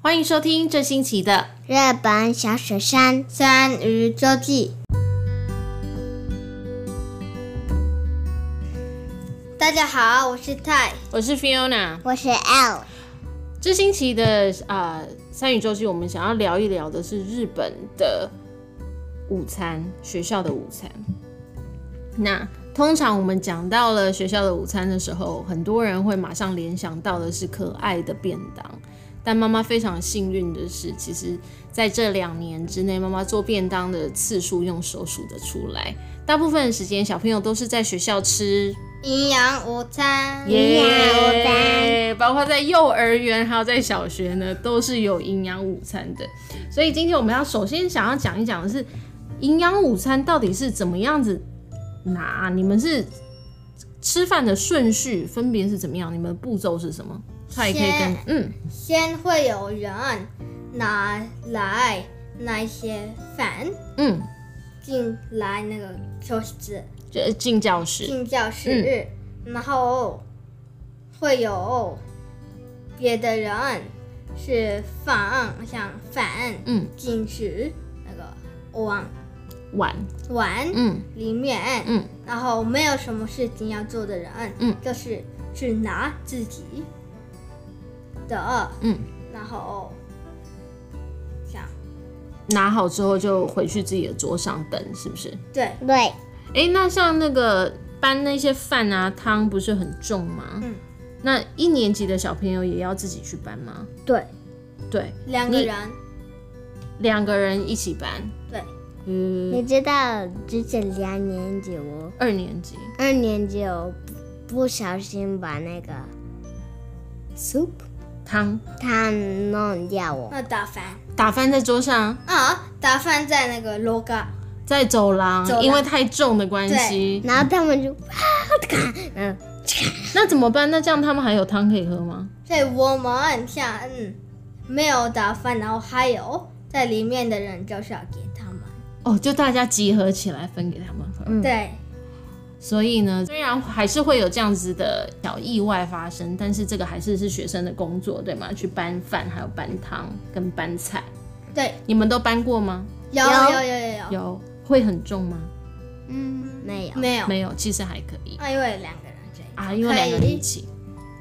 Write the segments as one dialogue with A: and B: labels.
A: 欢迎收听这星期的
B: 日本小雪山山鱼周记。大家好，我是泰，
A: 我是 Fiona。
B: 我是 L。
A: 这星期的啊、呃三语周记，我们想要聊一聊的是日本的午餐，学校的午餐。那通常我们讲到了学校的午餐的时候，很多人会马上联想到的是可爱的便当。但妈妈非常幸运的是，其实在这两年之内，妈妈做便当的次数用手数得出来。大部分的时间，小朋友都是在学校吃
B: 营养午餐，
A: 耶
B: 午餐，
A: 包括在幼儿园还有在小学呢，都是有营养午餐的。所以今天我们要首先想要讲一讲的是，营养午餐到底是怎么样子拿？你们是吃饭的顺序分别是怎么样？你们步骤是什么？菜可以跟
B: 先
A: 嗯，
B: 先会有人拿来那些饭
A: 嗯，
B: 进来那个教室，
A: 就进教室，
B: 进教室，然后会有别的人是放像反
A: 嗯，
B: 进去那个碗
A: 碗，
B: 碗
A: 嗯
B: 里面，
A: 嗯
B: 然后没有什么事情要做的人，
A: 嗯
B: 就是去拿自己的，
A: 嗯，
B: 然后像
A: 拿好之后就回去自己的桌上等，是不是？
B: 对，
C: 对，
A: 哎、那像那个搬那些饭啊汤不是很重吗？
B: 嗯，
A: 那一年级的小朋友也要自己去搬吗？
B: 对，
A: 对，
B: 两个
A: 你
B: 人，
A: 两个人一起搬。
B: 对，
A: 嗯，
C: 你知道之前两年级我
A: 二年级
C: 二年级我不小心把那个 soup
A: 汤
C: 它弄掉我，
B: 那打饭
A: 打翻在桌上，
B: 啊，打饭在那个 logo，
A: 在走廊，
B: 走廊
A: 因为太重的关系，
C: 然后他们就嗯
A: 那怎么办？那这样他们还有汤可以喝吗？
B: 所以我们像嗯没有打饭，然后还有在里面的人就是要给他们，
A: 哦，就大家集合起来分给他们喝。
B: 对，
A: 所以呢，虽然还是会有这样子的小意外发生，但是这个还是是学生的工作，对吗？去搬饭，还有搬汤跟搬菜，
B: 对，哦
A: 你们都搬过吗？
B: 有
C: 有
B: 有有有有，
A: 有，会很重吗？
C: 嗯没有，
B: 没有，
A: 没有，其实还可以
B: 啊，因为两个人这样，
A: 啊，因为两个人一
B: 可以
A: 起。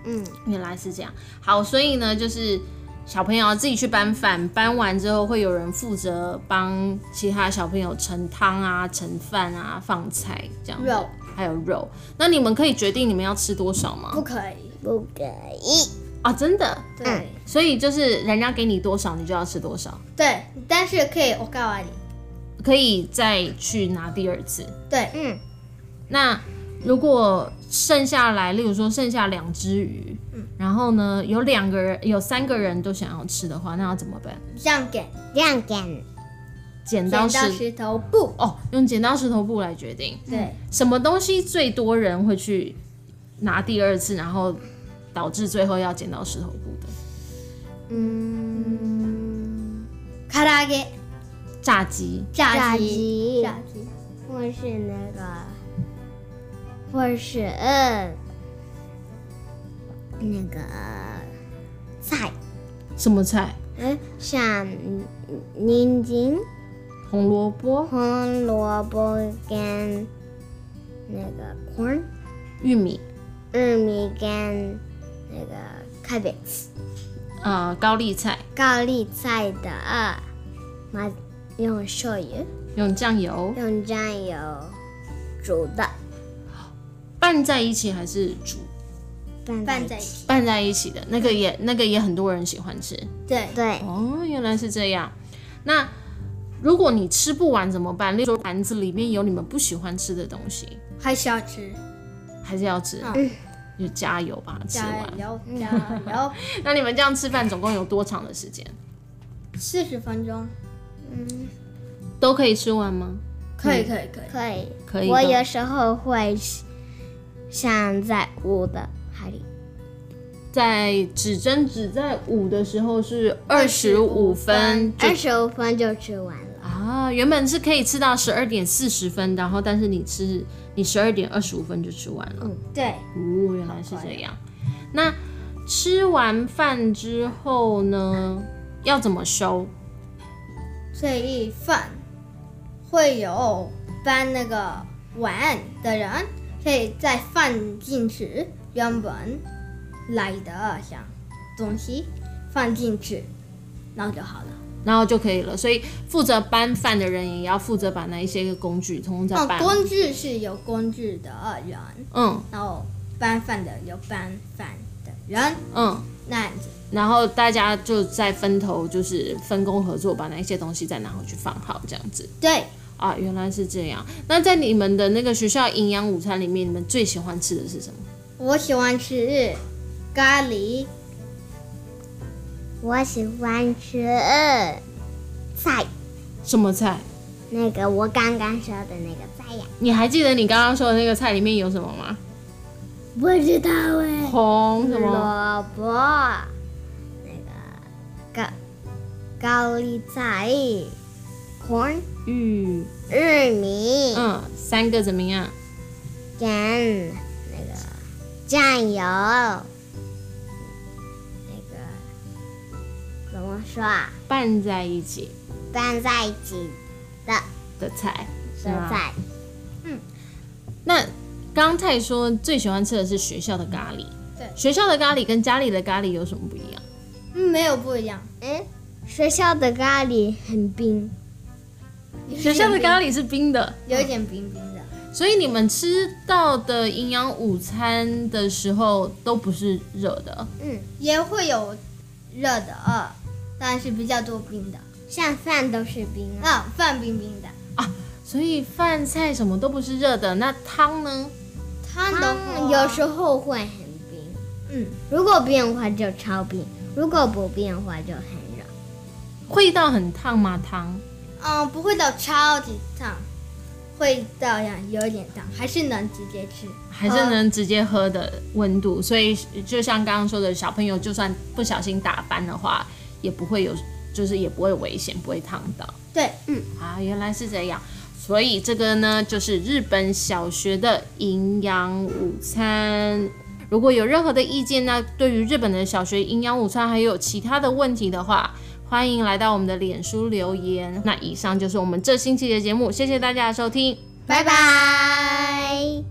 C: 嗯
A: 原来是这样。好，所以呢，就是小朋友自己去搬饭，搬完之后会有人负责帮其他小朋友盛汤啊、盛饭啊、放菜这样子
B: 肉，
A: 还有肉。那你们可以决定你们要吃多少
B: 不
A: 吗？
B: 可以，
C: 不可以，
A: 啊，真的。
B: 对
A: 所以就是人家给你多少，你就要吃多少，
B: 对，但是可以我告诉你，
A: 可以再去拿第二次。
B: 对，
C: 嗯
A: 那如果剩下来，例如说剩下两只鱼，
B: 嗯
A: 然后呢有两个人、有三个人都想要吃的话，那要怎么办？
B: 这样给
C: 这样干，
A: 剪
B: 剪
A: 刀
B: 刀
A: 石
B: 石头布，
A: 哦，用剪刀石头布来决定
B: 对
A: 什么东西最多人会去拿第二次，然后导致最后要剪刀石头布的
C: 嗯
B: 卡拉给
A: 炸鸡。
B: 炸
C: 炸
B: 鸡，
C: 鸡，
B: 炸鸡，
C: 或是那个，或是嗯那个菜。
A: 什么菜？
C: 嗯，像宁静、
A: 红萝卜、
C: 红萝卜跟那个 corn、
A: 玉米、
C: 玉米跟那个 cabbage、
A: 呃，高丽菜，
C: 高丽菜的呃麻用醤油、
A: 用酱油
C: 用酱油煮的
A: 拌在一起还是煮？
C: 拌
B: 拌在
C: 在
B: 一
C: 一起。
B: 起，
A: 拌在一起的那个也那个也很多人喜欢吃。
B: 对，
C: 对，
A: 哦，原来是这样。那如果你吃不完怎么办？例如说盘子里面有你们不喜欢吃的东西，
B: 还是要吃，
A: 还是要吃，
B: 嗯
A: 就加油把它吃
B: 加
A: 完。
B: 油
A: 嗯
B: 加油，
A: 那你们这样吃饭总共有多长的时间？
B: 四十分
A: 嗯
B: 钟，
A: 都可以吃完吗？
B: 可以可以可以，
C: 嗯可以。
A: 可以的
C: 我有时候会像在我的海里，
A: 在指针指在五的时候是二十五分就
C: 二十五分就吃完了。
A: 啊，原本是可以吃到十二点四十分，然后但是你吃你十二点二十五分就吃完了。
B: 对，
A: 哦，原来是这样。那吃完饭之后呢？要怎么收？
B: 这一份会有搬那个碗的人可以再放进去原本来的像东西放进去，然后就好了。
A: 然后就可以了。所以负责搬饭的人也要负责把那一些个工具通通再
B: 哦，
A: 搬。
B: 工具是有工具的人，
A: 嗯
B: 然后搬饭的有搬饭的人，
A: 嗯，
B: 那样子
A: 然后大家就再分头，就是分工合作，把那一些东西再拿回去放好，这样子
B: 对。
A: 啊，原来是这样。那在你们的那个学校营养午餐里面，你们最喜欢吃的是什么？
B: 我喜欢吃咖喱，
C: 我喜欢吃菜，
A: 什么菜？
C: 那个我刚刚说的那个菜呀，
A: 你还记得你刚刚说的那个菜里面有什么吗？
C: 不知道哎。
A: 红什么？
C: 萝卜，那个高高丽菜，corn
A: 玉，
C: 玉米，
A: 嗯，三个怎么样？
C: 跟那个酱油，那个怎么说啊？
A: 拌在一起
C: 拌在一起的
A: 的菜。是吗
C: 的菜，
A: 那刚刚菜说最喜欢吃的是学校的咖喱，
B: 对
A: 学校的咖喱跟家里的咖喱有什么不一样？
B: 嗯没有不一样。
C: 嗯，学校的咖喱很冰，
A: 学校的咖喱是冰的，
B: 有一点冰冰的，
A: 所以你们吃到的营养午餐的时候都不是热的，
C: 嗯，
B: 也会有热的，呃但是比较多冰的。
C: 像饭都是冰啊。
B: 啊，饭冰冰的，
A: 所以饭菜什么都不是热的。那汤呢？
B: 汤的
C: 嗯，
B: 话
C: 有时候会很冰，
B: 嗯，
C: 如果变的话就超冰，如果不变的话就很热。
A: 会到很烫吗？汤
B: 嗯，不会到超级烫，会到样有一点烫，还是能直接吃。
A: 还是能直接喝的温度？所以就像刚刚说的，小朋友就算不小心打翻的话，也不会有，就是也不会危险，不会烫到。
B: 对，
A: 啊，原来是这样。所以这个呢，就是日本小学的营养午餐。如果有任何的意见呢，对于日本的小学营养午餐还有其他的问题的话，欢迎来到我们的脸书留言。那以上就是我们这星期的节目，谢谢大家的收听。
C: 拜拜。